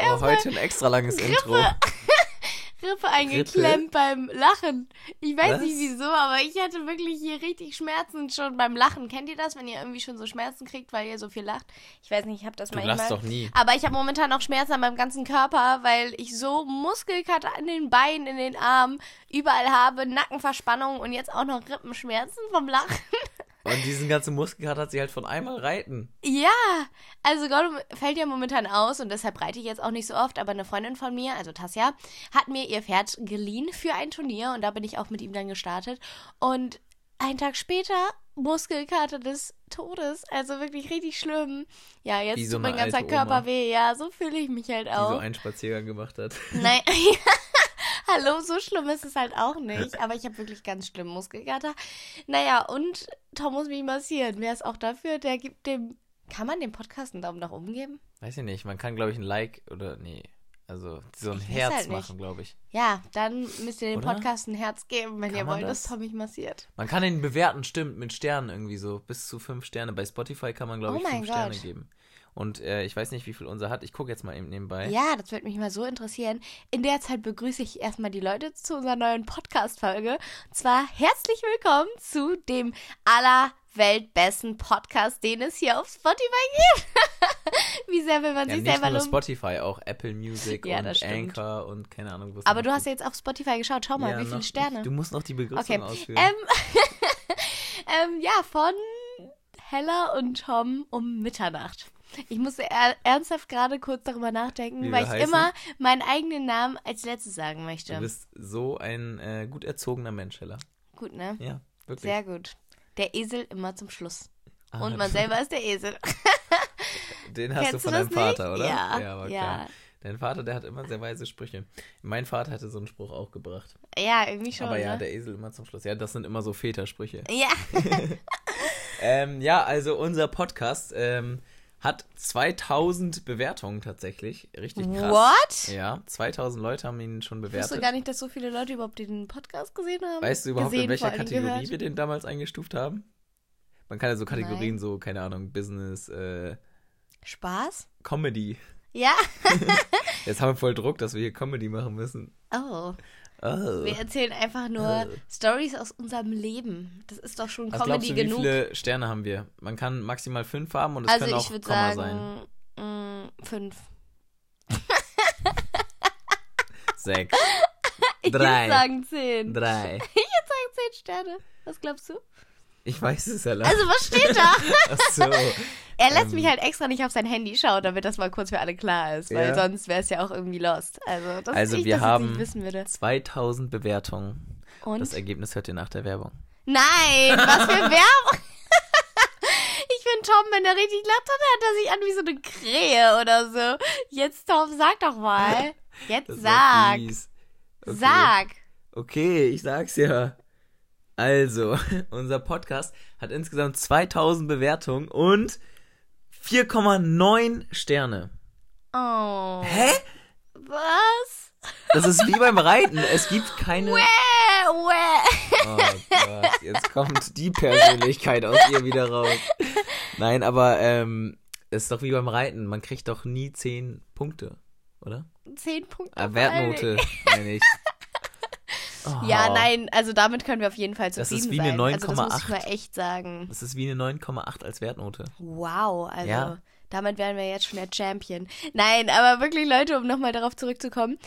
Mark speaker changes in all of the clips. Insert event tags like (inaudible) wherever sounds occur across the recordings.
Speaker 1: Aber Oh, heute ein extra langes Intro.
Speaker 2: (laughs) Rippe eingeklemmt beim Lachen. Ich weiß
Speaker 1: Was?
Speaker 2: nicht wieso, aber ich hatte wirklich hier richtig Schmerzen schon beim Lachen. Kennt ihr das, wenn ihr irgendwie schon so Schmerzen kriegt, weil ihr so viel lacht? Ich weiß nicht, ich habe das
Speaker 1: Du
Speaker 2: manchmal.
Speaker 1: lachst doch nie.
Speaker 2: Aber ich habe momentan auch Schmerzen an meinem ganzen Körper, weil ich so Muskelkater an den Beinen, in den Armen, überall habe, Nackenverspannung und jetzt auch noch Rippenschmerzen vom Lachen.
Speaker 1: Und diesen ganzen Muskelkater hat sie halt von einmal reiten.
Speaker 2: Ja, also Gollum fällt ja momentan aus und deshalb reite ich jetzt auch nicht so oft, aber eine Freundin von mir, also Tasja, hat mir ihr Pferd geliehen für ein Turnier und da bin ich auch mit ihm dann gestartet und einen Tag später Muskelkater des Todes, also wirklich richtig schlimm. Ja, jetzt
Speaker 1: Wie so
Speaker 2: tut
Speaker 1: eine
Speaker 2: mein ganzer
Speaker 1: alte
Speaker 2: Körper
Speaker 1: Oma.
Speaker 2: weh, ja, so fühle ich mich halt
Speaker 1: Die so
Speaker 2: auch.
Speaker 1: einen Spaziergang gemacht hat.
Speaker 2: Nein. (laughs) Hallo, so schlimm ist es halt auch nicht. Aber ich habe wirklich ganz schlimm Muskelkater. Naja, und Tom muss mich massieren. Wer ist auch dafür? Der gibt dem. Kann man dem Podcast einen Daumen nach oben geben?
Speaker 1: Weiß ich nicht, man kann, glaube ich, ein Like oder, nee, also so ein
Speaker 2: Ich weiß
Speaker 1: Herz
Speaker 2: halt nicht.
Speaker 1: machen, glaube ich.
Speaker 2: Ja, dann müsst ihr dem
Speaker 1: Oder?
Speaker 2: Podcast ein Herz geben, wenn
Speaker 1: Kann
Speaker 2: ihr
Speaker 1: man
Speaker 2: wollt, dass
Speaker 1: das?
Speaker 2: Tom mich massiert.
Speaker 1: Man kann ihn bewerten, stimmt, mit Sternen irgendwie so. Bis zu fünf Sterne. Bei Spotify kann man, glaube
Speaker 2: Oh
Speaker 1: ich,
Speaker 2: mein
Speaker 1: fünf Sterne
Speaker 2: Gott.
Speaker 1: geben. Und äh, ich weiß nicht, wie viel unser hat. Ich gucke jetzt mal eben nebenbei.
Speaker 2: Ja, das würde mich mal so interessieren. In der Zeit begrüße ich erstmal die Leute zu unserer neuen Podcast-Folge. Und zwar herzlich willkommen zu dem aller weltbesten Podcast, den es hier auf Spotify gibt. (laughs) Wie sehr will man
Speaker 1: Ja,
Speaker 2: sich
Speaker 1: nicht
Speaker 2: selber
Speaker 1: nur
Speaker 2: loben?
Speaker 1: Spotify, auch Apple Music
Speaker 2: Ja,
Speaker 1: und
Speaker 2: das stimmt.
Speaker 1: Anchor und keine Ahnung, was
Speaker 2: Aber
Speaker 1: noch
Speaker 2: du hast
Speaker 1: gibt.
Speaker 2: ja jetzt auf Spotify geschaut. Schau mal,
Speaker 1: Ja,
Speaker 2: wie viele
Speaker 1: noch-
Speaker 2: Sterne.
Speaker 1: Ich, du musst noch die Begrüßung
Speaker 2: okay.
Speaker 1: ausführen.
Speaker 2: Ähm, (laughs) ähm, ja, von Hella und Tom um Mitternacht. Ich musste er ernsthaft gerade kurz darüber nachdenken,
Speaker 1: Wie wir
Speaker 2: weil ich
Speaker 1: heißen?
Speaker 2: immer meinen eigenen Namen als letztes sagen
Speaker 1: du
Speaker 2: möchte.
Speaker 1: bist so ein äh, gut erzogener Mensch, Hella.
Speaker 2: Gut, ne?
Speaker 1: Ja, wirklich.
Speaker 2: Sehr gut. Der Esel immer zum Schluss.
Speaker 1: Ah,
Speaker 2: Und man selber ist der Esel.
Speaker 1: (laughs)
Speaker 2: (laughs)
Speaker 1: Den hast du
Speaker 2: Kennst du
Speaker 1: von
Speaker 2: das
Speaker 1: deinem Vater,
Speaker 2: nicht?
Speaker 1: oder?
Speaker 2: Ja,
Speaker 1: war
Speaker 2: ja.
Speaker 1: klar. Dein Vater, der hat immer sehr weise Sprüche. Mein Vater hatte so einen Spruch auch gebracht.
Speaker 2: ja, irgendwie schon.
Speaker 1: Aber ja,
Speaker 2: ne?
Speaker 1: der Esel immer zum Schluss. Ja, das sind immer so Vätersprüche.
Speaker 2: ja.
Speaker 1: Ähm, ja, also unser Podcast ähm, hat 2000 Bewertungen tatsächlich. Richtig krass.
Speaker 2: What?
Speaker 1: Ja, 2000 Leute haben ihn schon
Speaker 2: Ich wusste
Speaker 1: bewertet.
Speaker 2: gar nicht, dass so viele Leute überhaupt den Podcast gesehen haben.
Speaker 1: Weißt du überhaupt,
Speaker 2: gesehen,
Speaker 1: in welcher
Speaker 2: vor allem
Speaker 1: Kategorie
Speaker 2: gehört.
Speaker 1: wir den damals eingestuft haben? Man kann ja so Kategorien
Speaker 2: Nein.
Speaker 1: so, keine Ahnung, Business, äh,
Speaker 2: Spaß?
Speaker 1: Comedy.
Speaker 2: Ja. (laughs)
Speaker 1: Jetzt haben wir voll Druck, dass wir hier Comedy machen müssen.
Speaker 2: Oh.
Speaker 1: Oh.
Speaker 2: Wir erzählen einfach nur Stories aus unserem Leben. Das ist doch schon
Speaker 1: Was
Speaker 2: Comedy
Speaker 1: Äh. Also glaubst du, wie
Speaker 2: genug.
Speaker 1: viele Sterne haben wir? Man kann maximal fünf haben und es
Speaker 2: also
Speaker 1: können
Speaker 2: ich
Speaker 1: auch
Speaker 2: würde
Speaker 1: Komma sein.
Speaker 2: sagen mh, fünf.
Speaker 1: Sechs.
Speaker 2: Ich würde
Speaker 1: Drei.
Speaker 2: sagen zehn.
Speaker 1: Drei.
Speaker 2: Zehn Sterne. Was glaubst du?
Speaker 1: Ich weiß es ja leider.
Speaker 2: Also was steht
Speaker 1: (laughs)
Speaker 2: da?
Speaker 1: Ach so.
Speaker 2: er lässt
Speaker 1: Ähm.
Speaker 2: mich halt extra nicht auf sein Handy schauen, damit das mal kurz für alle klar ist, weil
Speaker 1: Ja.
Speaker 2: sonst wäre es ja auch irgendwie lost. Also das
Speaker 1: Also
Speaker 2: ist nicht,
Speaker 1: wir
Speaker 2: dass ich
Speaker 1: haben
Speaker 2: nicht wissen würde.
Speaker 1: 2000 Bewertungen.
Speaker 2: Und
Speaker 1: Das Ergebnis hört ihr nach der Werbung.
Speaker 2: Nein, was
Speaker 1: (laughs)
Speaker 2: für Werbung. (laughs) Ich finde Tom, wenn er richtig lacht, dann hört er sich an wie so eine Krähe oder so. Jetzt, Tom, sag doch
Speaker 1: (laughs)
Speaker 2: mal. Jetzt
Speaker 1: Das ist
Speaker 2: sag.
Speaker 1: fies. Okay.
Speaker 2: Sag.
Speaker 1: Okay, ich sag's ja. Also, (laughs) unser Podcast hat insgesamt 2000 Bewertungen und 4,9 Sterne.
Speaker 2: Oh.
Speaker 1: Hä?
Speaker 2: Was?
Speaker 1: Das ist wie beim Reiten. Es gibt keine.
Speaker 2: Äh, uäh.
Speaker 1: Oh Gott, jetzt kommt die Persönlichkeit aus ihr wieder raus. Nein, aber ähm, ist doch wie beim Reiten. Man kriegt doch nie 10 Punkte, oder?
Speaker 2: Zehn Punkte.
Speaker 1: Ah,
Speaker 2: vor allen
Speaker 1: Wertnote, meine ich. Oh,
Speaker 2: Dingen. Ja, nein, also damit können wir auf jeden Fall
Speaker 1: Das
Speaker 2: zufrieden
Speaker 1: ist wie eine
Speaker 2: sein. Also das muss
Speaker 1: 9,8.
Speaker 2: ich mal echt sagen.
Speaker 1: Das ist wie eine 9,8 als Wertnote.
Speaker 2: Wow, also
Speaker 1: Ja.
Speaker 2: damit wären wir jetzt schon der Champion. Nein, aber wirklich, Leute, um nochmal darauf zurückzukommen,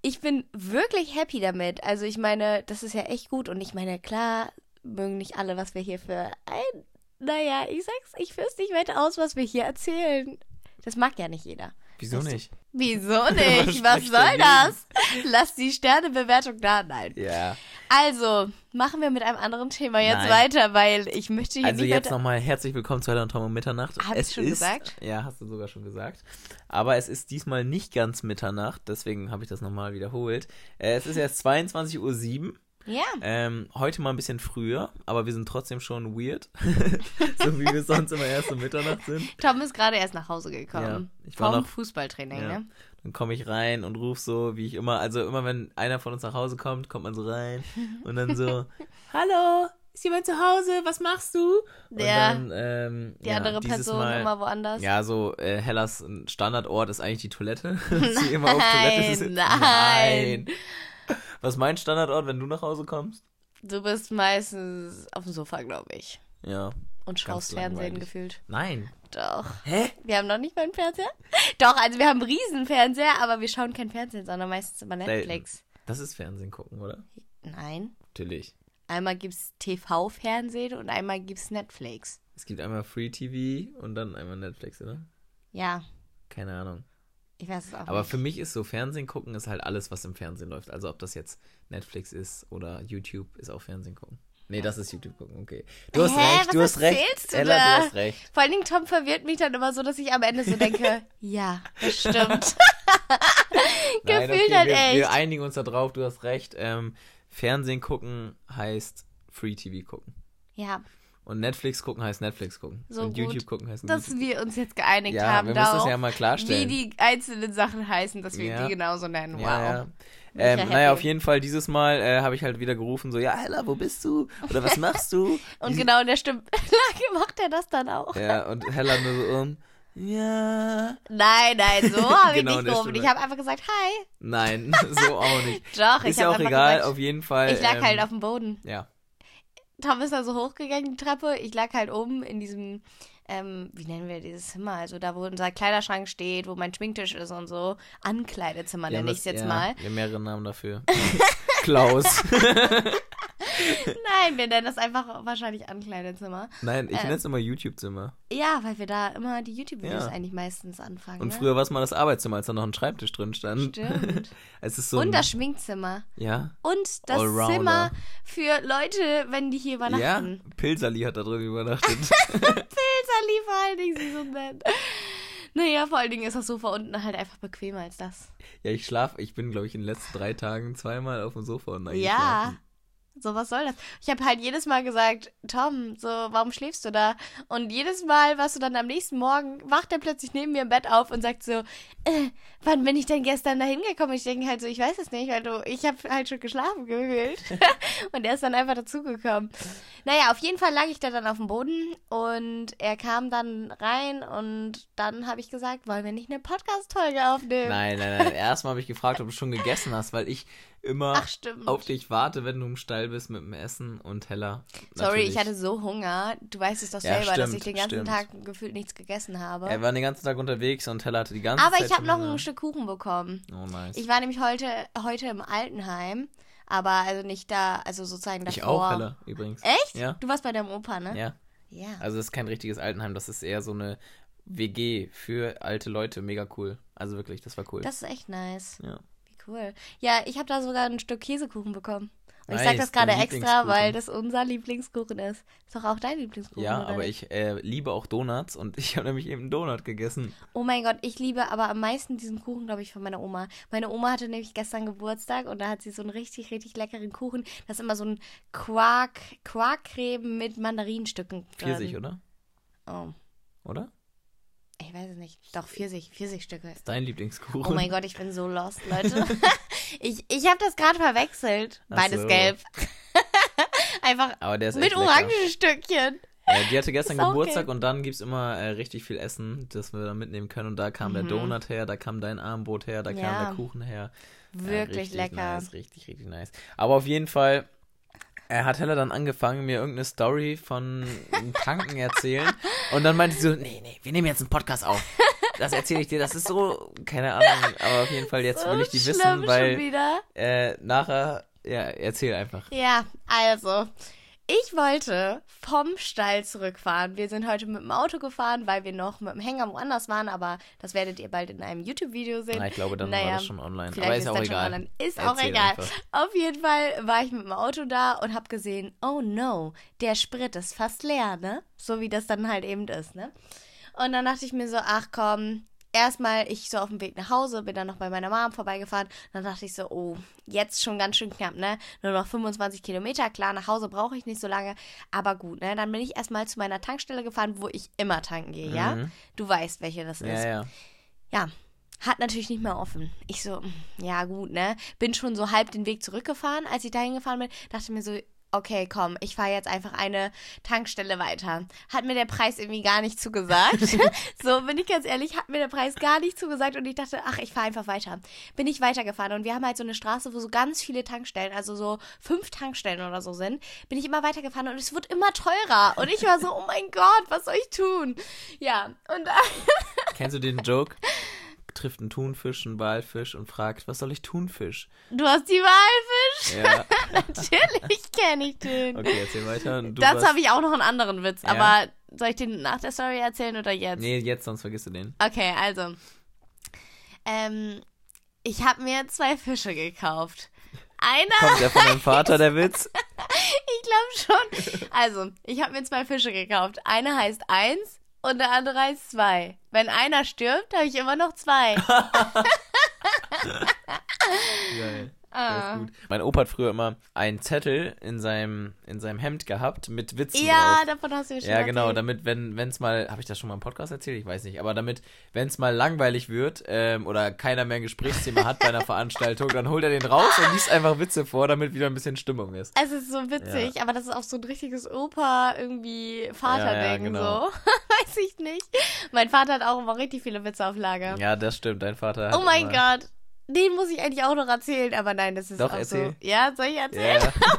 Speaker 2: ich bin wirklich happy damit. Also ich meine, das ist ja echt gut und ich meine, klar mögen nicht alle, was wir hier für ein... Naja, ich sag's, ich führ's nicht weiter aus, was wir hier erzählen. Das mag ja nicht jeder.
Speaker 1: Wieso
Speaker 2: Weißt du?
Speaker 1: nicht?
Speaker 2: Wieso nicht?
Speaker 1: (laughs) Was
Speaker 2: Was
Speaker 1: spricht
Speaker 2: soll
Speaker 1: dagegen?
Speaker 2: das? Lass die Sternebewertung da. Nein.
Speaker 1: Ja.
Speaker 2: Also, machen wir mit einem anderen Thema jetzt
Speaker 1: Nein.
Speaker 2: weiter, weil ich möchte hier
Speaker 1: Also
Speaker 2: nicht
Speaker 1: jetzt
Speaker 2: weiter...
Speaker 1: nochmal herzlich willkommen zu Hella und Tom um Mitternacht.
Speaker 2: Hab ich
Speaker 1: es
Speaker 2: schon
Speaker 1: ist,
Speaker 2: gesagt?
Speaker 1: Ja, hast du sogar schon gesagt. Aber es ist diesmal nicht ganz Mitternacht, deswegen habe ich das nochmal wiederholt. Äh, Es ist erst 22.07 Uhr.
Speaker 2: Ja.
Speaker 1: Ähm, heute mal ein bisschen früher, aber wir sind trotzdem schon weird. (laughs) so wie wir sonst immer erst um Mitternacht sind.
Speaker 2: Tom ist gerade erst nach Hause gekommen.
Speaker 1: Ja, ich war
Speaker 2: vom
Speaker 1: noch-
Speaker 2: Fußballtraining,
Speaker 1: Ja.
Speaker 2: ne?
Speaker 1: Dann komme ich rein und ruf so, wie
Speaker 2: (laughs)
Speaker 1: ich immer, also immer wenn einer von uns nach Hause kommt, kommt man so rein und dann so, hallo,
Speaker 3: ist jemand zu Hause? Was machst du?
Speaker 1: Und
Speaker 2: Ja,
Speaker 1: dann, ähm,
Speaker 2: die
Speaker 1: ja,
Speaker 2: andere
Speaker 1: dieses
Speaker 2: Person
Speaker 1: Mal,
Speaker 2: immer woanders.
Speaker 1: Ja, so äh, Hellas Standardort ist eigentlich
Speaker 2: (laughs)
Speaker 1: die Toilette. (laughs) Sie immer auf Toilette sitzt.
Speaker 2: nein.
Speaker 1: nein. Was ist mein Standardort, wenn du nach Hause kommst?
Speaker 2: Du bist meistens auf dem Sofa, glaube ich.
Speaker 1: Ja.
Speaker 2: Und schaust Fernsehen
Speaker 1: langweilig.
Speaker 2: gefühlt.
Speaker 1: Nein.
Speaker 2: Doch.
Speaker 1: Hä?
Speaker 2: Wir haben noch nicht mal einen Fernseher? Doch, also wir haben einen Riesenfernseher, aber wir schauen kein Fernsehen, sondern meistens immer Netflix.
Speaker 1: Das ist Fernsehen gucken, oder?
Speaker 2: Nein.
Speaker 1: Natürlich.
Speaker 2: Einmal gibt's TV-Fernsehen und einmal gibt's Netflix.
Speaker 1: Es gibt einmal Free TV und dann einmal Netflix, oder?
Speaker 2: Ja,
Speaker 1: Keine Ahnung.
Speaker 2: ich weiß es auch
Speaker 1: Aber
Speaker 2: nicht.
Speaker 1: für mich ist so Fernsehen gucken ist halt alles, was im Fernsehen läuft. Also ob das jetzt Netflix ist oder YouTube, ist auch Fernsehen gucken. Nee, das ist YouTube gucken, okay. Du
Speaker 2: Hä,
Speaker 1: hast recht,
Speaker 2: was
Speaker 1: du hast recht.
Speaker 2: erzählst du
Speaker 1: Ella,
Speaker 2: da?
Speaker 1: du
Speaker 2: (laughs)
Speaker 1: hast recht.
Speaker 2: Vor allen Dingen Tom verwirrt mich dann immer so, dass ich am Ende so denke,
Speaker 1: (laughs)
Speaker 2: ja, das stimmt.
Speaker 1: Nein,
Speaker 2: Gefühlt
Speaker 1: okay,
Speaker 2: halt
Speaker 1: wir,
Speaker 2: echt.
Speaker 1: wir einigen uns da drauf, du hast recht. Ähm, Fernsehen gucken heißt Free TV gucken.
Speaker 2: Ja,
Speaker 1: Und Netflix gucken heißt Netflix gucken.
Speaker 2: So
Speaker 1: Und
Speaker 2: gut.
Speaker 1: YouTube gucken heißt
Speaker 2: dass
Speaker 1: YouTube.
Speaker 2: wir uns jetzt geeinigt
Speaker 1: Ja,
Speaker 2: haben
Speaker 1: wir müssen das
Speaker 2: darauf,
Speaker 1: ja mal
Speaker 2: wie
Speaker 1: klarstellen.
Speaker 2: die einzelnen Sachen heißen, dass wir
Speaker 1: Ja.
Speaker 2: die genauso nennen. Wow.
Speaker 1: Ja, ja.
Speaker 2: ja
Speaker 1: Ähm,
Speaker 2: happy.
Speaker 1: naja, auf jeden Fall, dieses Mal äh, habe ich halt wieder gerufen, so, ja, Hella, wo bist du? Oder was
Speaker 2: (laughs)
Speaker 1: machst du?
Speaker 2: Und genau in der (laughs) Stimmlage macht er das dann auch.
Speaker 1: Ja, und Hella nur so um. Ja.
Speaker 2: Nein, nein,
Speaker 1: (laughs)
Speaker 2: so habe
Speaker 1: Genau
Speaker 2: ich
Speaker 1: in
Speaker 2: nicht
Speaker 1: der
Speaker 2: gerufen. Ich
Speaker 1: Stimme.
Speaker 2: habe einfach gesagt, hi.
Speaker 1: Nein, (laughs) so auch nicht.
Speaker 2: Doch,
Speaker 1: ist
Speaker 2: ich
Speaker 1: ja
Speaker 2: habe
Speaker 1: auch
Speaker 2: einfach
Speaker 1: egal,
Speaker 2: gesagt,
Speaker 1: auf jeden Fall.
Speaker 2: ich lag
Speaker 1: ähm,
Speaker 2: halt auf dem Boden.
Speaker 1: Ja.
Speaker 2: Tom ist also hochgegangen, die Treppe. Ich lag halt oben in diesem, ähm, wie nennen wir dieses Zimmer? Also da, wo unser Kleiderschrank steht, wo mein Schminktisch ist und so. Ankleidezimmer
Speaker 1: Wir haben
Speaker 2: nenne ich
Speaker 1: das-
Speaker 2: es jetzt
Speaker 1: ja, (laughs)
Speaker 2: mal.
Speaker 1: Wir haben mehrere
Speaker 2: (laughs)
Speaker 1: Namen dafür. Klaus.
Speaker 2: Nein, wir nennen das einfach wahrscheinlich Ankleidezimmer.
Speaker 1: Nein, ich
Speaker 2: Ähm.
Speaker 1: nenne es immer YouTube-Zimmer.
Speaker 2: Ja, weil wir da immer die YouTube-Videos
Speaker 1: Ja.
Speaker 2: eigentlich meistens anfangen.
Speaker 1: Und
Speaker 2: ne?
Speaker 1: früher war es mal das Arbeitszimmer, als da noch ein Schreibtisch drin stand.
Speaker 2: Stimmt.
Speaker 1: (laughs) Es ist so.
Speaker 2: Und
Speaker 1: ein,
Speaker 2: das Schminkzimmer.
Speaker 1: ja.
Speaker 2: Und das
Speaker 1: Allrounder.
Speaker 2: Zimmer für Leute, wenn die hier (laughs)
Speaker 1: Ja,
Speaker 2: übernachten.
Speaker 1: Pilserli hat da drin übernachtet.
Speaker 2: (laughs) Pilzerli vor allen Dingen, sie sind so nett. Naja, vor allen Dingen ist das Sofa unten halt einfach bequemer als das.
Speaker 1: ja, ich schlaf, ich bin, glaube ich, in den letzten drei Tagen zweimal auf dem Sofa und
Speaker 2: Ja.
Speaker 1: eingeschlafen.
Speaker 2: So, was soll das? Ich habe halt jedes Mal gesagt, Tom, so, warum schläfst du da? Und jedes Mal warst du dann am nächsten Morgen, wacht er plötzlich neben mir im Bett auf und sagt so, äh, wann bin ich denn gestern da hingekommen? Ich denke halt so, ich weiß es nicht, weil du, ich habe halt schon geschlafen gefühlt. (laughs) und er ist dann einfach dazugekommen. Naja, auf jeden Fall lag ich da dann auf dem Boden und er kam dann rein und dann habe ich gesagt, wollen wir nicht eine Podcast-Folge aufnehmen?
Speaker 1: Nein, nein, nein. Erstmal habe ich gefragt, ob du schon gegessen hast, weil ich immer
Speaker 2: Ach, stimmt.
Speaker 1: auf dich warte, wenn du im Stall bist mit dem Essen und Heller.
Speaker 2: Sorry,
Speaker 1: natürlich.
Speaker 2: ich hatte so Hunger. Du weißt es doch
Speaker 1: Ja,
Speaker 2: selber, dass ich
Speaker 1: stimmt,
Speaker 2: den ganzen
Speaker 1: stimmt.
Speaker 2: Tag gefühlt nichts gegessen habe.
Speaker 1: Er war den ganzen Tag unterwegs und Heller hatte die ganze
Speaker 2: Aber
Speaker 1: Zeit.
Speaker 2: ich habe
Speaker 1: schon
Speaker 2: noch
Speaker 1: Hunger.
Speaker 2: ein Stück Kuchen bekommen.
Speaker 1: Oh, nice.
Speaker 2: Ich war nämlich heute, heute im Altenheim, aber also nicht da, also sozusagen davor.
Speaker 1: Ich auch, Heller, übrigens.
Speaker 2: Echt?
Speaker 1: Ja.
Speaker 2: Du warst bei deinem Opa, ne?
Speaker 1: Ja.
Speaker 2: Ja.
Speaker 1: Also, es ist kein richtiges Altenheim, das ist eher so eine WG für alte Leute. Mega cool. Also wirklich, das war cool.
Speaker 2: Das ist echt nice.
Speaker 1: ja.
Speaker 2: Wie cool. Ja, ich habe da sogar ein Stück Käsekuchen bekommen. Und ich sage
Speaker 1: Nice,
Speaker 2: das gerade
Speaker 1: dein
Speaker 2: extra, weil
Speaker 1: Lieblingskuchen.
Speaker 2: das unser Lieblingskuchen ist. Ist doch auch dein Lieblingskuchen,
Speaker 1: ja,
Speaker 2: oder
Speaker 1: aber
Speaker 2: nicht?
Speaker 1: ich äh, liebe auch Donuts und (laughs) ich habe nämlich eben einen Donut gegessen.
Speaker 2: Oh mein Gott, ich liebe aber am meisten diesen Kuchen, glaube ich, von meiner Oma. Meine Oma hatte nämlich gestern Geburtstag und da hat sie so einen richtig, richtig leckeren Kuchen. Das ist immer so ein Quark, Quarkcreme mit Mandarinenstücken. drin.
Speaker 1: Pfirsich, oder?
Speaker 2: Oh,
Speaker 1: Oder?
Speaker 2: ich weiß es nicht. Doch, Pfirsich, Pfirsichstücke.
Speaker 1: Dein Lieblingskuchen.
Speaker 2: Oh mein Gott, ich bin so lost, Leute. (laughs) ich ich habe das gerade verwechselt.
Speaker 1: Ach
Speaker 2: Beides
Speaker 1: so.
Speaker 2: gelb. (laughs) Einfach
Speaker 1: Aber der ist
Speaker 2: mit
Speaker 1: echt lecker.
Speaker 2: Orangenstückchen.
Speaker 1: Ja, die hatte gestern
Speaker 2: Ist auch
Speaker 1: Geburtstag
Speaker 2: okay.
Speaker 1: und dann gibt es immer äh, richtig viel Essen, das wir dann mitnehmen können. Und da kam der Donut her, da kam dein Armbrot her, da
Speaker 2: Mhm. Ja.
Speaker 1: kam der Kuchen her. Ja,
Speaker 2: Wirklich
Speaker 1: richtig
Speaker 2: lecker.
Speaker 1: Nice, richtig, richtig nice. Aber auf jeden Fall äh, hat Hella dann angefangen, mir irgendeine Story von einem
Speaker 2: (laughs)
Speaker 1: Kranken erzählen. Und dann meinte sie so, nee, nee, wir nehmen jetzt einen Podcast auf. Das erzähle ich dir, das ist so, keine Ahnung, aber auf jeden Fall, jetzt will ich die
Speaker 2: Schlimm
Speaker 1: wissen,
Speaker 2: schon
Speaker 1: weil
Speaker 2: wieder.
Speaker 1: äh, nachher, ja, erzähl einfach.
Speaker 2: Ja, also. Ich wollte vom Stall zurückfahren. Wir sind heute mit dem Auto gefahren, weil wir noch mit dem Hänger woanders waren, aber das werdet ihr bald in einem YouTube-Video sehen.
Speaker 1: Na, ich glaube, dann war
Speaker 2: Naja,
Speaker 1: das schon online.
Speaker 2: Vielleicht
Speaker 1: Aber
Speaker 2: ist
Speaker 1: ist auch
Speaker 2: dann schon
Speaker 1: egal.
Speaker 2: online. Ist auch
Speaker 1: Erzähl
Speaker 2: egal.
Speaker 1: einfach.
Speaker 2: Auf jeden Fall war ich mit dem Auto da und habe gesehen, oh no, der Sprit ist fast leer, ne? So wie das dann halt eben ist, ne? Und dann dachte ich mir so, ach komm, erstmal ich so auf dem Weg nach Hause, bin dann noch bei meiner Mom vorbeigefahren. Dann dachte ich so, oh, jetzt schon ganz schön knapp, ne? Nur noch 25 Kilometer, klar, nach Hause brauche ich nicht so lange. Aber gut, ne? Dann bin ich erstmal zu meiner Tankstelle gefahren, wo ich immer tanken gehe, ja? Du weißt, welche das ist.
Speaker 1: Ja, ja.
Speaker 2: Ja, hat natürlich nicht mehr offen. Ich hm, so, mm, ja gut, ne? Bin schon so halb den Weg zurückgefahren. Als ich dahin gefahren bin, dachte ich mir so, okay, komm, ich fahre jetzt einfach eine Tankstelle weiter. Hat mir der Preis irgendwie gar nicht zugesagt. (laughs) so, bin ich ganz ehrlich, hat mir der Preis gar nicht zugesagt und ich dachte, ach, ich fahre einfach weiter. Bin ich weitergefahren und wir haben halt so eine Straße, wo so ganz viele Tankstellen, also so fünf Tankstellen oder so sind. Bin ich immer weitergefahren und es wird immer teurer. Und ich war so, oh mein Gott, was soll ich tun? Ja, und
Speaker 1: Kennst du den Joke? Trifft ein Thunfisch, ein Walfisch und fragt, was soll ich Thunfisch?
Speaker 2: du hast die Walfisch.
Speaker 1: Ja.
Speaker 2: (laughs) Natürlich kenne ich den.
Speaker 1: Okay, erzähl weiter. und Du
Speaker 2: das
Speaker 1: warst-
Speaker 2: habe ich auch noch einen anderen Witz,
Speaker 1: Ja.
Speaker 2: aber soll ich den nach der Story erzählen oder jetzt?
Speaker 1: Nee, jetzt, sonst vergisst du den.
Speaker 2: Okay, also. Ähm, ich habe mir zwei Fische gekauft. Einer,
Speaker 1: Kommt der von deinem Vater, der Witz?
Speaker 2: ich glaube schon. Also, ich habe mir zwei Fische gekauft. Einer heißt eins und der andere heißt zwei. Wenn einer stirbt, habe ich immer noch
Speaker 1: (laughs)
Speaker 2: zwei.
Speaker 1: Geil.
Speaker 2: Ah.
Speaker 1: Der ist gut. Mein Opa hat früher immer einen Zettel in seinem, in seinem Hemd gehabt mit Witzen
Speaker 2: ja,
Speaker 1: drauf.
Speaker 2: davon hast du mir schon
Speaker 1: Ja, genau,
Speaker 2: erzählt.
Speaker 1: damit, wenn es mal, habe ich das schon mal im Podcast erzählt? Ich weiß nicht, aber damit, wenn es mal langweilig wird ähm, oder keiner mehr ein Gesprächsthema hat
Speaker 2: (laughs)
Speaker 1: bei einer Veranstaltung, dann holt er den raus und liest einfach Witze vor, damit wieder ein bisschen Stimmung ist.
Speaker 2: Es ist so witzig, aber das ist auch so ein richtiges Opa irgendwie
Speaker 1: Ja, ja,
Speaker 2: Vater-Ding
Speaker 1: genau.
Speaker 2: so. (laughs) Weiß ich nicht. Mein Vater hat auch immer richtig viele Witze auf Lager.
Speaker 1: Ja, das stimmt, dein Vater. Hat
Speaker 2: oh mein
Speaker 1: immer,
Speaker 2: Gott. Den muss ich eigentlich auch noch erzählen, aber nein, das ist
Speaker 1: Doch,
Speaker 2: auch
Speaker 1: erzähl.
Speaker 2: so. Ja, soll ich erzählen?
Speaker 1: Ja.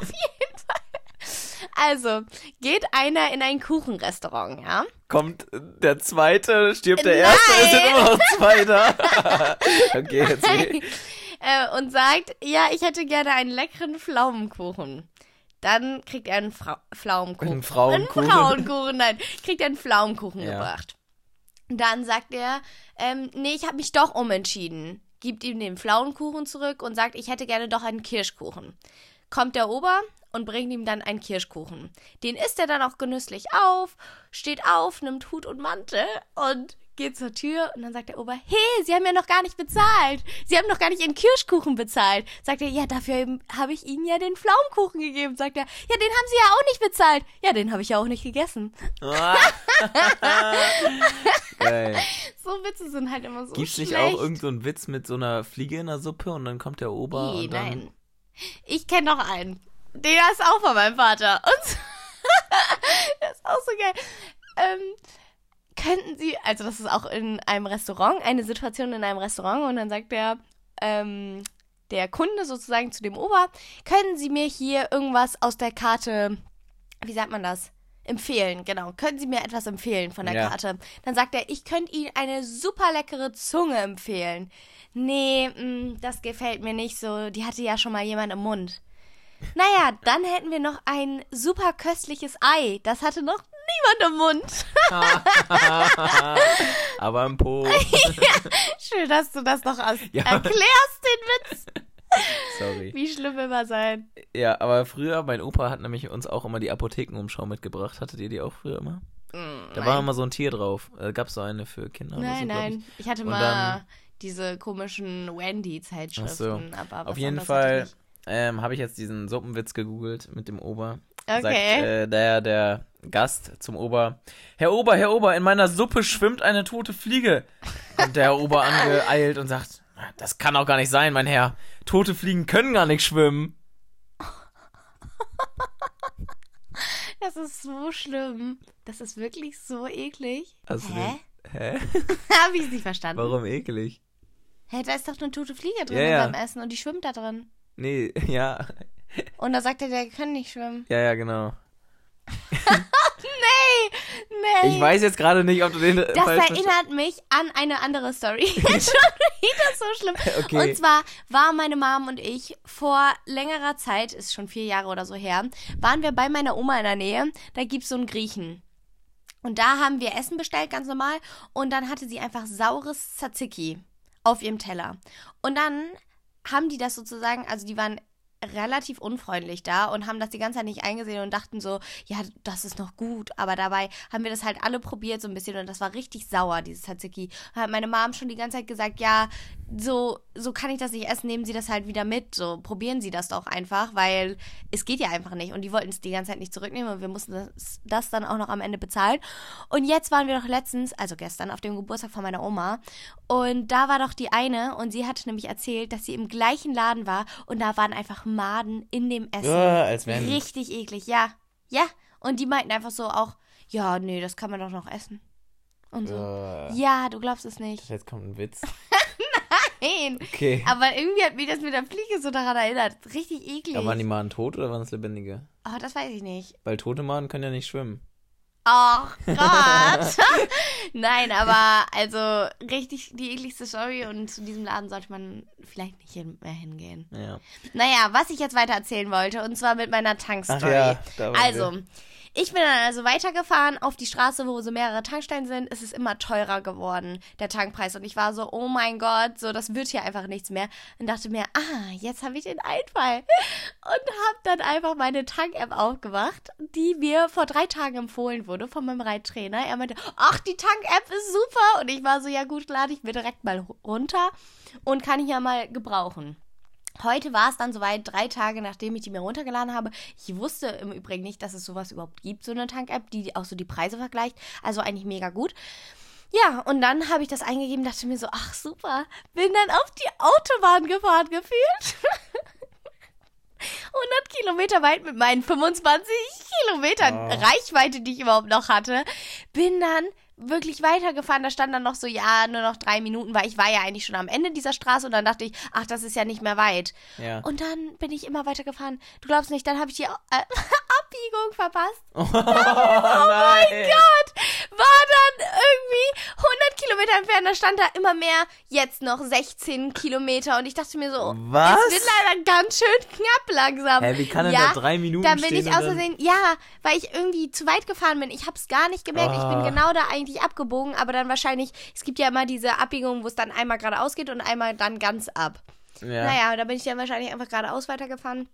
Speaker 2: Also, geht einer in ein Kuchenrestaurant, ja?
Speaker 1: Kommt der zweite, stirbt der
Speaker 2: Nein!
Speaker 1: erste, es sind immer noch zwei da. (laughs) okay, erzähl.
Speaker 2: äh, und sagt, ja, ich hätte gerne einen leckeren Pflaumenkuchen. Dann kriegt er einen Fra Pflaumenkuchen.
Speaker 1: Einen Frauenkuchen.
Speaker 2: Einen Frauenkuchen, nein. Kriegt er einen Pflaumenkuchen
Speaker 1: Ja.
Speaker 2: gebracht. Dann sagt er, ähm, nee, ich habe mich doch umentschieden. Gibt ihm den Pflaumenkuchen zurück und sagt, ich hätte gerne doch einen Kirschkuchen. Kommt der Ober und bringt ihm dann einen Kirschkuchen. Den isst er dann auch genüsslich auf, steht auf, nimmt Hut und Mantel und geht zur Tür und dann sagt der Ober, hey, Sie haben ja noch gar nicht bezahlt. Sie haben noch gar nicht Ihren Kirschkuchen bezahlt. Sagt er, ja, dafür eben habe ich Ihnen ja den Pflaumenkuchen gegeben. Sagt er, ja, den haben Sie ja auch nicht bezahlt. Ja, den habe ich ja auch nicht gegessen.
Speaker 1: (laughs) Geil.
Speaker 2: So Witze sind halt immer so
Speaker 1: Gibt's
Speaker 2: schlecht.
Speaker 1: nicht auch irgend so einen Witz mit so einer Fliege in der Suppe und dann kommt der Ober
Speaker 2: Nee,
Speaker 1: und dann...
Speaker 2: nein. Ich kenne noch einen. Der ist auch von meinem Vater. Und (laughs) so- das ist auch so geil. Ähm, könnten Sie, also das ist auch in einem Restaurant, eine Situation in einem Restaurant und dann sagt der, ähm, der Kunde sozusagen zu dem Ober, können Sie mir hier irgendwas aus der Karte, wie sagt man das? Empfehlen, genau. Können Sie mir etwas empfehlen von der
Speaker 1: Ja.
Speaker 2: Karte? Dann sagt er, ich könnte Ihnen eine super leckere Zunge empfehlen. Nee, mm, das gefällt mir nicht so. Die hatte ja schon mal jemand im Mund. Naja, dann hätten wir noch ein super köstliches Ei. Das hatte noch niemand im Mund.
Speaker 1: Aber im Po.
Speaker 2: (laughs) Schön, dass du das noch erklärst,
Speaker 1: Ja.
Speaker 2: den Witz.
Speaker 1: Sorry.
Speaker 2: Wie schlimm immer sein.
Speaker 1: Ja, aber früher, mein Opa hat nämlich uns auch immer die Apothekenumschau mitgebracht. Hattet ihr die auch früher immer? Da war immer so ein Tier drauf. Äh, gab's so eine für Kinder? oder so,
Speaker 2: Mm, Nein,
Speaker 1: glaub
Speaker 2: nein. Ich hatte
Speaker 1: Und
Speaker 2: mal
Speaker 1: dann-
Speaker 2: diese komischen
Speaker 1: Ach so.
Speaker 2: Wendy-Zeitschriften. aber was
Speaker 1: Auf jeden
Speaker 2: anderes hatte ich
Speaker 1: Fall
Speaker 2: nicht.
Speaker 1: ähm, habe ich jetzt diesen Suppenwitz gegoogelt mit dem Ober.
Speaker 2: Okay.
Speaker 1: Sagt äh, der, der Gast zum Ober: Herr Ober, Herr Ober, in meiner Suppe schwimmt eine tote Fliege. Kommt der Herr Ober angeeilt und sagt: Das kann auch gar nicht sein, mein Herr. Tote Fliegen können gar nicht schwimmen.
Speaker 2: Das ist so schlimm. Das ist wirklich so eklig. (laughs)
Speaker 1: Hast du
Speaker 2: Hä?
Speaker 1: den- Hä?
Speaker 2: Hab ich nicht verstanden.
Speaker 1: Warum ekelig?
Speaker 2: Hä, da ist doch eine tote Fliege drin
Speaker 1: Ja, ja.
Speaker 2: beim Essen und die schwimmt da drin.
Speaker 1: Nee, (laughs) ja.
Speaker 2: Und da sagt er, der kann nicht schwimmen.
Speaker 1: Ja, ja, genau.
Speaker 2: Nee.
Speaker 1: Ich weiß jetzt gerade nicht, ob du den.
Speaker 2: Äh,
Speaker 1: äh,
Speaker 2: Das
Speaker 1: falsch verstanden-
Speaker 2: erinnert mich an eine andere
Speaker 1: (laughs)
Speaker 2: Story. (laughs) Schon wieder so schlimm.
Speaker 1: Okay.
Speaker 2: Und zwar war meine Mom und ich vor längerer Zeit, ist schon vier Jahre oder so her, waren wir bei meiner Oma in der Nähe. Da gibt's so einen Griechen. Und da haben wir Essen bestellt, ganz normal. Und dann hatte sie einfach saures Tzatziki auf ihrem Teller. Und dann haben die das sozusagen, also die waren relativ unfreundlich da und haben das die ganze Zeit nicht eingesehen und dachten so, ja, das ist noch gut, aber dabei haben wir das halt alle probiert so ein bisschen und das war richtig sauer, dieses Tzatziki. Hat meine Mom schon die ganze Zeit gesagt, ja, so, so kann ich das nicht essen, nehmen Sie das halt wieder mit. So, probieren Sie das doch einfach, weil es geht ja einfach nicht. Und die wollten es die ganze Zeit nicht zurücknehmen und wir mussten das, das dann auch noch am Ende bezahlen. Und jetzt waren wir doch letztens, also gestern, auf dem Geburtstag von meiner Oma. Und da war doch die eine und sie hat nämlich erzählt, dass sie im gleichen Laden war und da waren einfach Maden in dem Essen.
Speaker 1: Ah, als wären-
Speaker 2: Richtig eklig, ja. Ja. Und die meinten einfach so auch, ja, nee, das kann man doch noch essen. Und so.
Speaker 1: Äh,
Speaker 2: Ja, du glaubst es nicht.
Speaker 1: Jetzt kommt ein Witz.
Speaker 2: Nein.
Speaker 1: Okay.
Speaker 2: Aber irgendwie hat mich das mit der Fliege so daran erinnert. Richtig eklig.
Speaker 1: Aber waren die Maden tot oder waren es lebendige?
Speaker 2: Oh, das weiß ich nicht.
Speaker 1: Weil tote Maden können ja nicht schwimmen.
Speaker 2: Ach Gott. Nein, aber also richtig die ekligste Story und zu diesem Laden sollte man vielleicht nicht hin mehr hingehen.
Speaker 1: Ja.
Speaker 2: Naja, was ich jetzt weiter erzählen wollte und zwar mit meiner Tankstory.
Speaker 1: Ach ja, da waren
Speaker 2: also,
Speaker 1: wir.
Speaker 2: ich bin dann also weitergefahren auf die Straße, wo so mehrere Tankstellen sind. Es ist immer teurer geworden, der Tankpreis. Und ich war so, oh mein Gott, so, das wird hier einfach nichts mehr. Und dachte mir, ah, jetzt habe ich den Einfall. Und habe dann einfach meine Tank-App aufgemacht, die mir vor drei Tagen empfohlen wurde von meinem Reittrainer. Er meinte, ach, die Tank-App ist super. Und ich war so, ja gut, lade ich mir direkt mal runter und kann ich ja mal gebrauchen. Heute war es dann soweit, drei Tage nachdem ich die mir runtergeladen habe. Ich wusste im Übrigen nicht, dass es sowas überhaupt gibt, so eine Tank-App, die auch so die Preise vergleicht. Also eigentlich mega gut. Ja, und dann habe ich das eingegeben, dachte mir so, ach super, bin dann auf die Autobahn gefahren gefühlt. (laughs) 100 Kilometer weit mit meinen 25 Kilometern
Speaker 1: Ah.
Speaker 2: Reichweite, die ich überhaupt noch hatte, bin dann wirklich weitergefahren. Da stand dann noch so, ja, nur noch drei Minuten, weil ich war ja eigentlich schon am Ende dieser Straße und dann dachte ich, ach, das ist ja nicht mehr weit.
Speaker 1: Ja.
Speaker 2: Und dann bin ich immer weitergefahren. Du glaubst nicht, dann habe ich die äh, (laughs) Abbiegung verpasst.
Speaker 1: oh mein
Speaker 2: Gott, war dann irgendwie 100 Kilometer entfernt. Da stand da immer mehr, jetzt noch 16 Kilometer. Und ich dachte mir so,
Speaker 1: Was?
Speaker 2: es wird leider ganz schön knapp langsam.
Speaker 1: Hä, wie kann denn da drei Minuten
Speaker 2: Dann bin
Speaker 1: stehen
Speaker 2: ich
Speaker 1: und
Speaker 2: aus
Speaker 1: dann-
Speaker 2: Versehen, ja, weil ich irgendwie zu weit gefahren bin. Ich habe es gar nicht gemerkt. Ich bin
Speaker 1: Ah.
Speaker 2: genau da eigentlich abgebogen, aber dann wahrscheinlich, es gibt ja immer diese Abbiegungen, wo es dann einmal geradeaus geht und einmal dann ganz ab.
Speaker 1: Ja.
Speaker 2: Naja, da bin ich dann wahrscheinlich einfach geradeaus weitergefahren.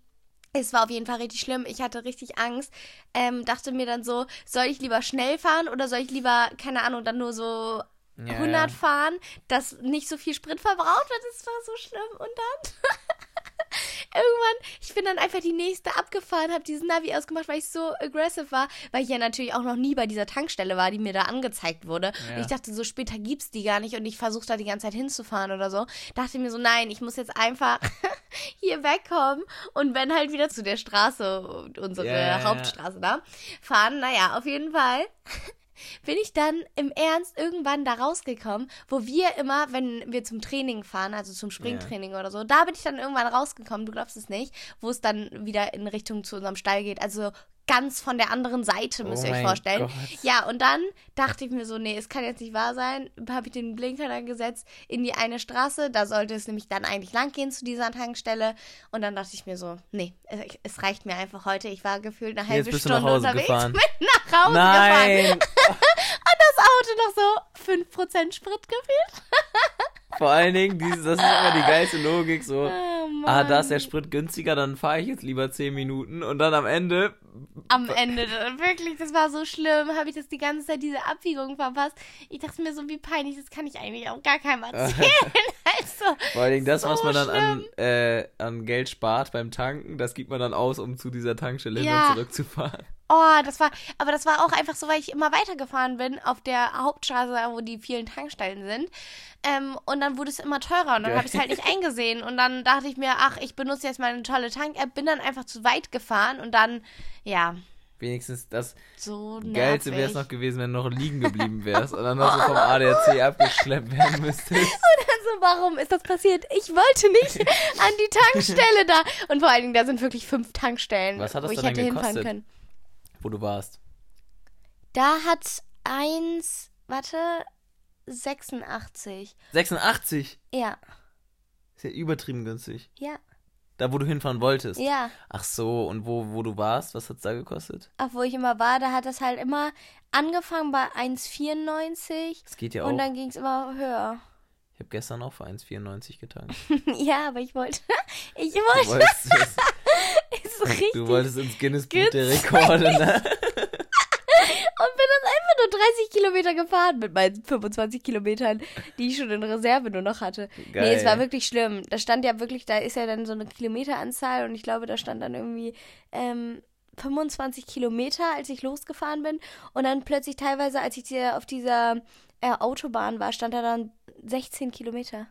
Speaker 2: Es war auf jeden Fall richtig schlimm. Ich hatte richtig Angst. Ähm, dachte mir dann so, soll ich lieber schnell fahren oder soll ich lieber, keine Ahnung, dann nur so
Speaker 1: Ja,
Speaker 2: 100
Speaker 1: ja.
Speaker 2: fahren, dass nicht so viel Sprit verbraucht wird. Das war so schlimm. Und dann irgendwann, ich bin dann einfach die nächste abgefahren, habe diesen Navi ausgemacht, weil ich so aggressive war, weil ich ja natürlich auch noch nie bei dieser Tankstelle war, die mir da angezeigt wurde.
Speaker 1: Ja.
Speaker 2: Und ich dachte, so später gibt's die gar nicht und ich versuche da die ganze Zeit hinzufahren oder so. Dachte mir so, nein, ich muss jetzt einfach (laughs) hier wegkommen und wenn halt wieder zu der Straße, und unsere
Speaker 1: Ja, ja, ja.
Speaker 2: Hauptstraße da, fahren. Naja, auf jeden Fall bin ich dann im Ernst irgendwann da rausgekommen, wo wir immer, wenn wir zum Training fahren, also zum Springtraining oder so, da bin ich dann irgendwann rausgekommen, du glaubst es nicht, wo es dann wieder in Richtung zu unserem Stall geht. Also ganz von der anderen Seite, müsst
Speaker 1: Oh
Speaker 2: ihr euch
Speaker 1: mein
Speaker 2: vorstellen.
Speaker 1: Gott.
Speaker 2: Ja, und dann dachte ich mir so, nee, es kann jetzt nicht wahr sein. Habe ich den Blinker dann gesetzt in die eine Straße, da sollte es nämlich dann eigentlich lang gehen zu dieser Tankstelle. Und dann dachte ich mir so, nee, es, es reicht mir einfach heute. Ich war gefühlt eine halbe
Speaker 1: bist du
Speaker 2: Stunde
Speaker 1: nach Hause
Speaker 2: unterwegs (laughs)
Speaker 1: gefahren.
Speaker 2: mit nach Hause gefahren
Speaker 1: Nein!
Speaker 2: das Auto noch so 5% Sprit gefühlt.
Speaker 1: (laughs) Vor allen Dingen, dieses, das ist immer die geilste Logik, so.
Speaker 2: Oh Mann.
Speaker 1: Ah, da ist der Sprit günstiger, dann fahre ich jetzt lieber 10 Minuten und dann am Ende.
Speaker 2: Am Ende, wirklich, das war so schlimm. Habe ich das die ganze Zeit, diese Abbiegung verpasst. Ich dachte mir so, wie peinlich, das kann ich eigentlich auch gar
Speaker 1: (laughs)
Speaker 2: keinem erzählen. (laughs) also,
Speaker 1: Vor allen Dingen das,
Speaker 2: So
Speaker 1: was man dann an, äh, an Geld spart beim Tanken, das gibt man dann aus, um zu dieser Tankstelle hin
Speaker 2: Ja.
Speaker 1: und zurück zu fahren.
Speaker 2: oh, das war, aber das war auch einfach so, weil ich immer weitergefahren bin auf der Hauptstraße, wo die vielen Tankstellen sind. Ähm, und dann wurde es immer teurer und dann
Speaker 1: Geil.
Speaker 2: habe ich es halt nicht eingesehen. Und dann dachte ich mir, ach, ich benutze jetzt meine tolle Tank-App, bin dann einfach zu weit gefahren und dann, ja,
Speaker 1: Wenigstens das
Speaker 2: so nervig.
Speaker 1: Geilste wäre es noch gewesen, wenn du noch liegen geblieben wärst und dann noch so vom ADAC abgeschleppt
Speaker 2: (laughs)
Speaker 1: werden müsstest.
Speaker 2: Also warum ist das passiert? Ich wollte nicht
Speaker 1: (laughs)
Speaker 2: an die Tankstelle da. Und vor allen Dingen, da sind wirklich fünf Tankstellen,
Speaker 1: Was hat das
Speaker 2: wo ich
Speaker 1: denn
Speaker 2: hätte
Speaker 1: denn
Speaker 2: hinfahren
Speaker 1: gekostet?
Speaker 2: können.
Speaker 1: Wo du warst.
Speaker 2: Da hat eins, warte, 86.
Speaker 1: 86!
Speaker 2: Ja,
Speaker 1: Ist ja übertrieben günstig.
Speaker 2: ja,
Speaker 1: Da, wo du hinfahren wolltest.
Speaker 2: ja.
Speaker 1: Ach so, und wo, wo du warst, was hat's da gekostet?
Speaker 2: Auch wo ich immer war, da hat das halt immer angefangen bei 1,94
Speaker 1: Das geht ja
Speaker 2: und
Speaker 1: auch.
Speaker 2: dann ging es immer höher. (laughs)
Speaker 1: Ich habe gestern auch für 1,94 getankt.
Speaker 2: ja, aber ich wollte, (laughs) ich
Speaker 1: Du
Speaker 2: wollte
Speaker 1: wolltest, es- (laughs)
Speaker 2: es richtig (laughs)
Speaker 1: du wolltest ins Guinness Buch der Rekorde, ne?
Speaker 2: und bin dann einfach nur 30 Kilometer gefahren mit meinen 25 Kilometern, die ich schon in Reserve nur noch hatte.
Speaker 1: Geil.
Speaker 2: Nee, es war wirklich schlimm. Da stand ja wirklich, da ist ja dann so eine Kilometeranzahl und ich glaube, da stand dann irgendwie ähm, 25 Kilometer, als ich losgefahren bin. Und dann plötzlich teilweise, als ich hier auf dieser äh, Autobahn war, stand da dann 16 Kilometer.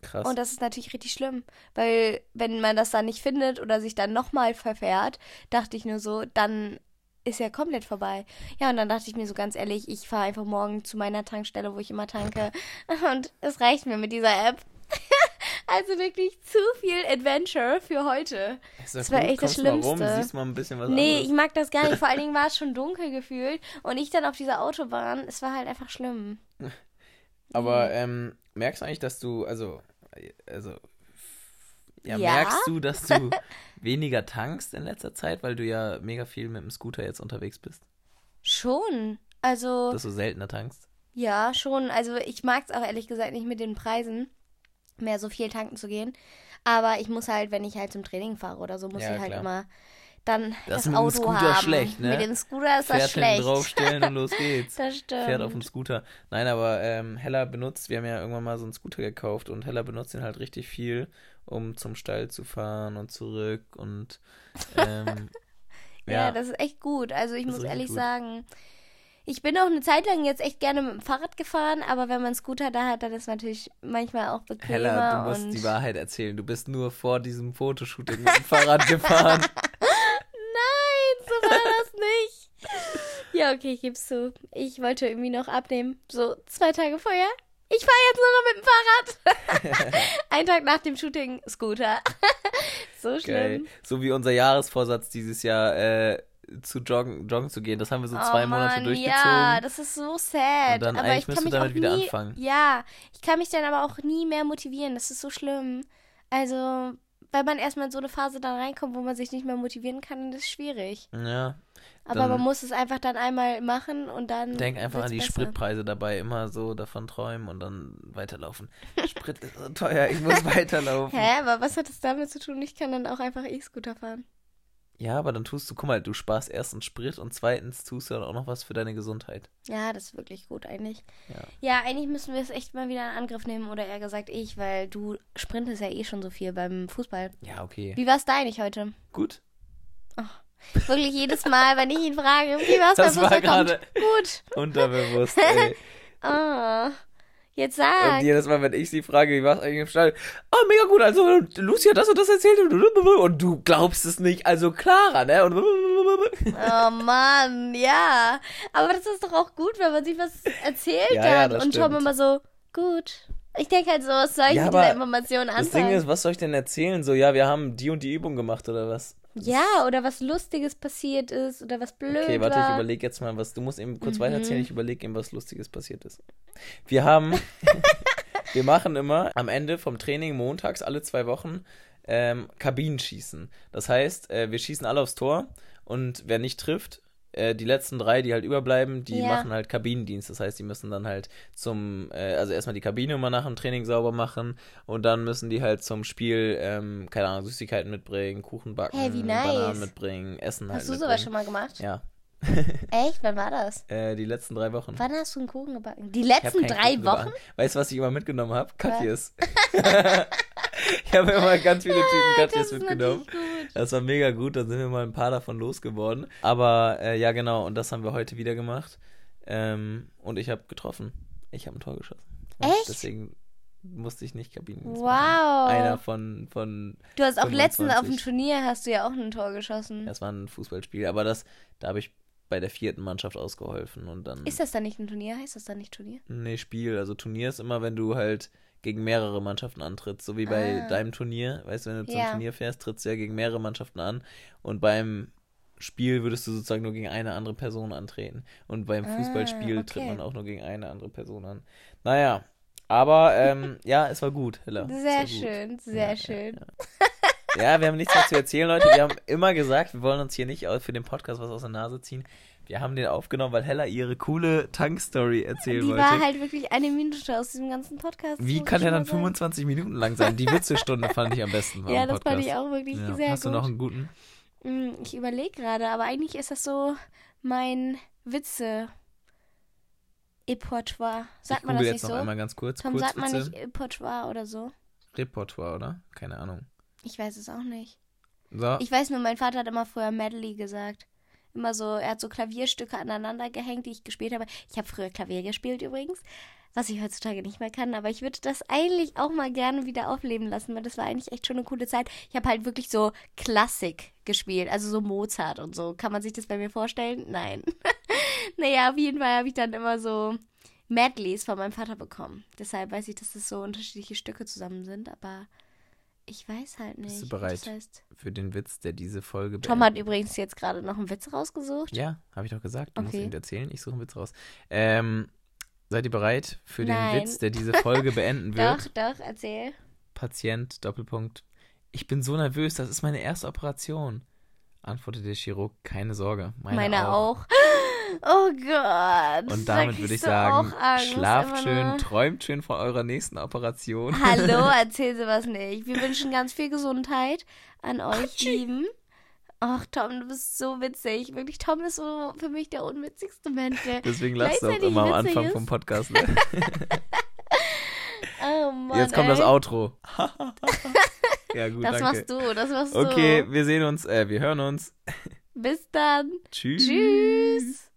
Speaker 1: Krass.
Speaker 2: Und das ist natürlich richtig schlimm, weil wenn man das dann nicht findet oder sich dann nochmal verfährt, dachte ich nur so, dann ist ja komplett vorbei. Ja, und dann dachte ich mir so ganz ehrlich, ich fahre einfach morgen zu meiner Tankstelle, wo ich immer tanke. (laughs) Und es reicht mir mit dieser App. (laughs) also wirklich zu viel Adventure für heute.
Speaker 1: Ist doch
Speaker 2: das war
Speaker 1: gut,
Speaker 2: echt das
Speaker 1: kommst mal Rum,
Speaker 2: Schlimmste.
Speaker 1: siehst mal ein bisschen was
Speaker 2: Nee, ich
Speaker 1: anderes.
Speaker 2: mag das gar nicht.
Speaker 1: (laughs)
Speaker 2: Vor allen Dingen war es schon dunkel gefühlt. Und ich dann auf dieser Autobahn, es war halt einfach schlimm.
Speaker 1: Aber ähm, merkst du eigentlich, dass du, also, äh, also, ja,
Speaker 2: Ja?
Speaker 1: merkst du, dass
Speaker 2: (laughs)
Speaker 1: du weniger tankst in letzter Zeit, weil du ja mega viel mit dem Scooter jetzt unterwegs bist,
Speaker 2: Schon. Also.
Speaker 1: dass du seltener tankst?
Speaker 2: Ja, schon. Also ich mag es auch ehrlich gesagt nicht mit den Preisen, mehr so viel tanken zu gehen. Aber ich muss halt, wenn ich halt zum Training fahre oder so, muss
Speaker 1: Ja,
Speaker 2: ich halt
Speaker 1: klar.
Speaker 2: immer dann
Speaker 1: Das
Speaker 2: das,
Speaker 1: ist mit dem
Speaker 2: Auto
Speaker 1: Scooter
Speaker 2: haben.
Speaker 1: schlecht, ne?
Speaker 2: Mit dem Scooter ist das
Speaker 1: Pferd hinten
Speaker 2: schlecht.
Speaker 1: draufstellen
Speaker 2: (laughs)
Speaker 1: und los geht's.
Speaker 2: Das stimmt.
Speaker 1: Pferd auf dem Scooter. Nein, aber ähm, Hella benutzt, wir haben ja irgendwann mal so einen Scooter gekauft und Hella benutzt ihn halt richtig viel, um zum Stall zu fahren und zurück und
Speaker 2: (laughs)
Speaker 1: ähm,
Speaker 2: ja.
Speaker 1: ja,
Speaker 2: das ist echt gut. Also ich
Speaker 1: Das ist
Speaker 2: muss
Speaker 1: richtig
Speaker 2: ehrlich
Speaker 1: gut.
Speaker 2: sagen, ich bin auch eine Zeit lang jetzt echt gerne mit dem Fahrrad gefahren, aber wenn man Scooter da hat, dann ist natürlich manchmal auch bequemer
Speaker 1: Hella, du musst
Speaker 2: und
Speaker 1: die Wahrheit erzählen. Du bist nur vor diesem Fotoshooting mit
Speaker 2: (laughs)
Speaker 1: dem Fahrrad gefahren.
Speaker 2: Nein, so war das nicht. Ja, okay, ich geb's zu. Ich wollte irgendwie noch abnehmen. So zwei Tage vorher. Ich fahre jetzt nur noch mit dem
Speaker 1: (laughs)
Speaker 2: Fahrrad. Ein Tag nach dem Shooting, Scooter. (laughs) so
Speaker 1: Geil.
Speaker 2: schlimm.
Speaker 1: So wie unser Jahresvorsatz dieses Jahr äh, zu joggen, joggen zu gehen. Das haben wir so zwei
Speaker 2: oh
Speaker 1: Monate
Speaker 2: Mann,
Speaker 1: durchgezogen.
Speaker 2: Ja, das ist so sad.
Speaker 1: Und dann
Speaker 2: aber
Speaker 1: eigentlich
Speaker 2: ich kann
Speaker 1: müsst ihr
Speaker 2: mich
Speaker 1: damit
Speaker 2: auch
Speaker 1: wieder
Speaker 2: nie,
Speaker 1: anfangen.
Speaker 2: Ja, ich kann mich dann aber auch nie mehr motivieren. Das ist so schlimm. Also, weil man erstmal in so eine Phase dann reinkommt, wo man sich nicht mehr motivieren kann, dann ist es schwierig.
Speaker 1: ja.
Speaker 2: Aber
Speaker 1: Dann-
Speaker 2: man muss es einfach dann einmal machen und dann.
Speaker 1: Denk einfach an die
Speaker 2: Hm, wird's besser.
Speaker 1: Spritpreise dabei, immer so davon träumen und dann weiterlaufen. Sprit ist so teuer, ich
Speaker 2: (laughs)
Speaker 1: muss weiterlaufen.
Speaker 2: Hä, aber was hat das damit zu tun? Ich kann dann auch einfach E-Scooter fahren.
Speaker 1: Ja, aber dann tust du, guck mal, du sparst erstens Sprit und zweitens tust du dann auch noch was für deine Gesundheit.
Speaker 2: Ja, das ist wirklich gut eigentlich.
Speaker 1: Ja.
Speaker 2: Ja, eigentlich müssen wir es echt mal wieder in Angriff nehmen oder eher gesagt ich, weil du sprintest ja eh schon so viel beim Fußball.
Speaker 1: Ja, okay.
Speaker 2: Wie war's da eigentlich heute?
Speaker 1: Gut.
Speaker 2: Wirklich jedes Mal, wenn ich ihn frage, wie war's
Speaker 1: Das
Speaker 2: beim
Speaker 1: war
Speaker 2: Fußball?
Speaker 1: gerade
Speaker 2: kommt, gut. (laughs)
Speaker 1: unterbewusst, ey.
Speaker 2: Oh, jetzt
Speaker 1: Und
Speaker 2: sag.
Speaker 1: jedes Mal, wenn ich sie frage, wie war es eigentlich im Stall? Oh, mega gut, also und Lucy hat das und das erzählt und, und du glaubst es nicht, also Clara, ne? Und
Speaker 2: Oh Mann, ja. Aber das ist doch auch gut, wenn man sich was erzählt
Speaker 1: Ja,
Speaker 2: hat
Speaker 1: ja, das
Speaker 2: und Tom
Speaker 1: stimmt.
Speaker 2: immer so, gut. Ich denke halt so, was soll ich
Speaker 1: Ja,
Speaker 2: mit
Speaker 1: aber
Speaker 2: dieser Information anfangen?
Speaker 1: das Ding ist, was soll ich denn erzählen? So, ja, wir haben die und die Übung gemacht oder was?
Speaker 2: Ja, oder was Lustiges passiert ist oder was blöd
Speaker 1: Okay, warte, ich
Speaker 2: war. Mhm.
Speaker 1: überlege jetzt mal was. Du musst eben kurz weiter weitererzählen, ich überlege eben, was Lustiges passiert ist.
Speaker 2: (laughs)
Speaker 1: Wir haben, wir machen immer am Ende vom Training montags alle zwei Wochen ähm, Kabinenschießen. Das heißt, äh, wir schießen alle aufs Tor und wer nicht trifft, äh, die letzten drei, die halt überbleiben, die
Speaker 2: Ja.
Speaker 1: machen halt Kabinendienst. Das heißt, die müssen dann halt zum, äh, also erstmal die Kabine immer nach dem Training sauber machen und dann müssen die halt zum Spiel, ähm, keine Ahnung, Süßigkeiten mitbringen, Kuchen backen,
Speaker 2: Hey, wie nice.
Speaker 1: Bananen mitbringen, Essen halt
Speaker 2: Hast du
Speaker 1: mitbringen.
Speaker 2: sowas schon mal gemacht?
Speaker 1: Ja,
Speaker 2: Echt? Wann war das?
Speaker 1: äh, die letzten drei Wochen.
Speaker 2: Wann hast du einen Kuchen gebacken? Die
Speaker 1: Ich hab
Speaker 2: letzten
Speaker 1: keinen
Speaker 2: drei
Speaker 1: Kuchen
Speaker 2: Wochen?
Speaker 1: gebacken. Weißt du, was ich immer mitgenommen habe? Katjes. (laughs) ich habe immer ganz viele
Speaker 2: Ah,
Speaker 1: Typen Katjes mitgenommen.
Speaker 2: natürlich
Speaker 1: Das war mega gut, dann sind wir mal ein paar davon losgeworden. Aber äh, ja, genau, und das haben wir heute wieder gemacht. Ähm, und ich habe getroffen. Ich habe ein Tor geschossen. Und
Speaker 2: Echt?
Speaker 1: Deswegen musste ich nicht Kabinen.
Speaker 2: Wow.
Speaker 1: Einer von, von,
Speaker 2: Du hast auch letztens auf dem
Speaker 1: 25.
Speaker 2: Turnier hast du ja auch ein Tor geschossen.
Speaker 1: das war ein Fußballspiel, aber das, da habe ich bei der vierten Mannschaft ausgeholfen und dann.
Speaker 2: Ist das dann nicht ein Turnier? Heißt das dann nicht Turnier?
Speaker 1: Nee, Spiel. Also Turnier ist immer, wenn du halt gegen mehrere Mannschaften antrittst. So wie bei
Speaker 2: Ah.
Speaker 1: deinem Turnier. Weißt du, wenn du zum
Speaker 2: Ja.
Speaker 1: Turnier fährst, trittst du ja gegen mehrere Mannschaften an. Und beim Spiel würdest du sozusagen nur gegen eine andere Person antreten. Und beim
Speaker 2: Ah,
Speaker 1: Fußballspiel tritt
Speaker 2: okay.
Speaker 1: man auch nur gegen eine andere Person an. Naja. Aber ähm, ja, es war gut, Hella. Es war
Speaker 2: Sehr
Speaker 1: gut.
Speaker 2: schön, sehr
Speaker 1: Ja,
Speaker 2: schön. (laughs)
Speaker 1: Ja, wir haben nichts mehr zu erzählen, Leute. Wir haben immer gesagt, wir wollen uns hier nicht für den Podcast was aus der Nase ziehen. Wir haben den aufgenommen, weil Hella ihre coole Tankstory erzählen
Speaker 2: Die
Speaker 1: wollte.
Speaker 2: war halt wirklich eine Minute aus diesem ganzen Podcast.
Speaker 1: Wie
Speaker 2: muss
Speaker 1: kann
Speaker 2: ich
Speaker 1: der
Speaker 2: mal
Speaker 1: dann
Speaker 2: sagen.
Speaker 1: 25 Minuten lang sein? Die Witzestunde fand ich
Speaker 2: (laughs)
Speaker 1: am besten. war
Speaker 2: Ja,
Speaker 1: im
Speaker 2: das fand
Speaker 1: Podcast.
Speaker 2: ich auch wirklich
Speaker 1: Ja.
Speaker 2: sehr
Speaker 1: Hast
Speaker 2: gut.
Speaker 1: du noch einen guten?
Speaker 2: Hm, Ich überlege gerade, aber eigentlich ist das so mein Witze. Repertoire. Sagt
Speaker 1: ich
Speaker 2: man
Speaker 1: google
Speaker 2: das
Speaker 1: jetzt
Speaker 2: nicht
Speaker 1: noch
Speaker 2: so?
Speaker 1: einmal ganz kurz.
Speaker 2: Tom,
Speaker 1: kurz
Speaker 2: sagt man
Speaker 1: bitte.
Speaker 2: nicht Repertoire oder so?
Speaker 1: Repertoire, oder? Keine Ahnung.
Speaker 2: Ich weiß es auch nicht.
Speaker 1: So,
Speaker 2: Ich weiß nur, mein Vater hat immer früher Medley gesagt. Immer so, er hat so Klavierstücke aneinander gehängt, die ich gespielt habe. Ich habe früher Klavier gespielt übrigens, was ich heutzutage nicht mehr kann, aber ich würde das eigentlich auch mal gerne wieder aufleben lassen, weil das war eigentlich echt schon eine coole Zeit. Ich habe halt wirklich so Klassik gespielt, also so Mozart und so. Kann man sich das bei mir vorstellen? Nein. (laughs) naja, auf jeden Fall habe ich dann immer so Medleys von meinem Vater bekommen. Deshalb weiß ich, dass das so unterschiedliche Stücke zusammen sind, aber ich weiß halt nicht.
Speaker 1: du bereit?
Speaker 2: Das heißt,
Speaker 1: für den Witz, der diese Folge
Speaker 2: Tom
Speaker 1: beendet.
Speaker 2: hat übrigens jetzt gerade noch einen Witz rausgesucht.
Speaker 1: Ja, habe ich doch gesagt. Du musst
Speaker 2: Okay.
Speaker 1: ihn erzählen. Ich suche einen Witz raus. Ähm, seid ihr bereit für den
Speaker 2: Nein.
Speaker 1: Witz, der
Speaker 2: (laughs)
Speaker 1: diese Folge beenden wird?
Speaker 2: doch, doch, erzähl.
Speaker 1: Patient, Doppelpunkt. Ich bin so nervös, das ist meine erste Operation. Antwortet der Chirurg, keine Sorge. Meine,
Speaker 2: Meiner
Speaker 1: auch.
Speaker 2: auch. (gasps) Oh Gott.
Speaker 1: Und
Speaker 2: da
Speaker 1: damit
Speaker 2: kriegst
Speaker 1: würde ich
Speaker 2: du
Speaker 1: sagen,
Speaker 2: auch Angst, immer
Speaker 1: schlaft
Speaker 2: nur.
Speaker 1: schön, träumt schön von eurer nächsten Operation. (laughs)
Speaker 2: Hallo, erzähl sowas nicht. Wir wünschen ganz viel Gesundheit an euch Lieben. Ach, Tom, du bist so witzig. Wirklich, Tom ist so für mich der unwitzigste
Speaker 1: (laughs)
Speaker 2: Mensch. der-
Speaker 1: Deswegen lachst du auch
Speaker 2: Gleichzeitig
Speaker 1: immer am
Speaker 2: witzig
Speaker 1: Anfang
Speaker 2: ist.
Speaker 1: vom
Speaker 2: (laughs)
Speaker 1: Podcast. Ne?
Speaker 2: Oh Mann,
Speaker 1: Jetzt kommt
Speaker 2: ey.
Speaker 1: das Outro.
Speaker 2: (laughs)
Speaker 1: ja, gut,
Speaker 2: Das
Speaker 1: danke.
Speaker 2: machst du, das machst
Speaker 1: Okay,
Speaker 2: du.
Speaker 1: wir sehen uns, äh, wir hören uns.
Speaker 2: Bis dann.
Speaker 1: Tschüss. (laughs)
Speaker 2: Tschüss.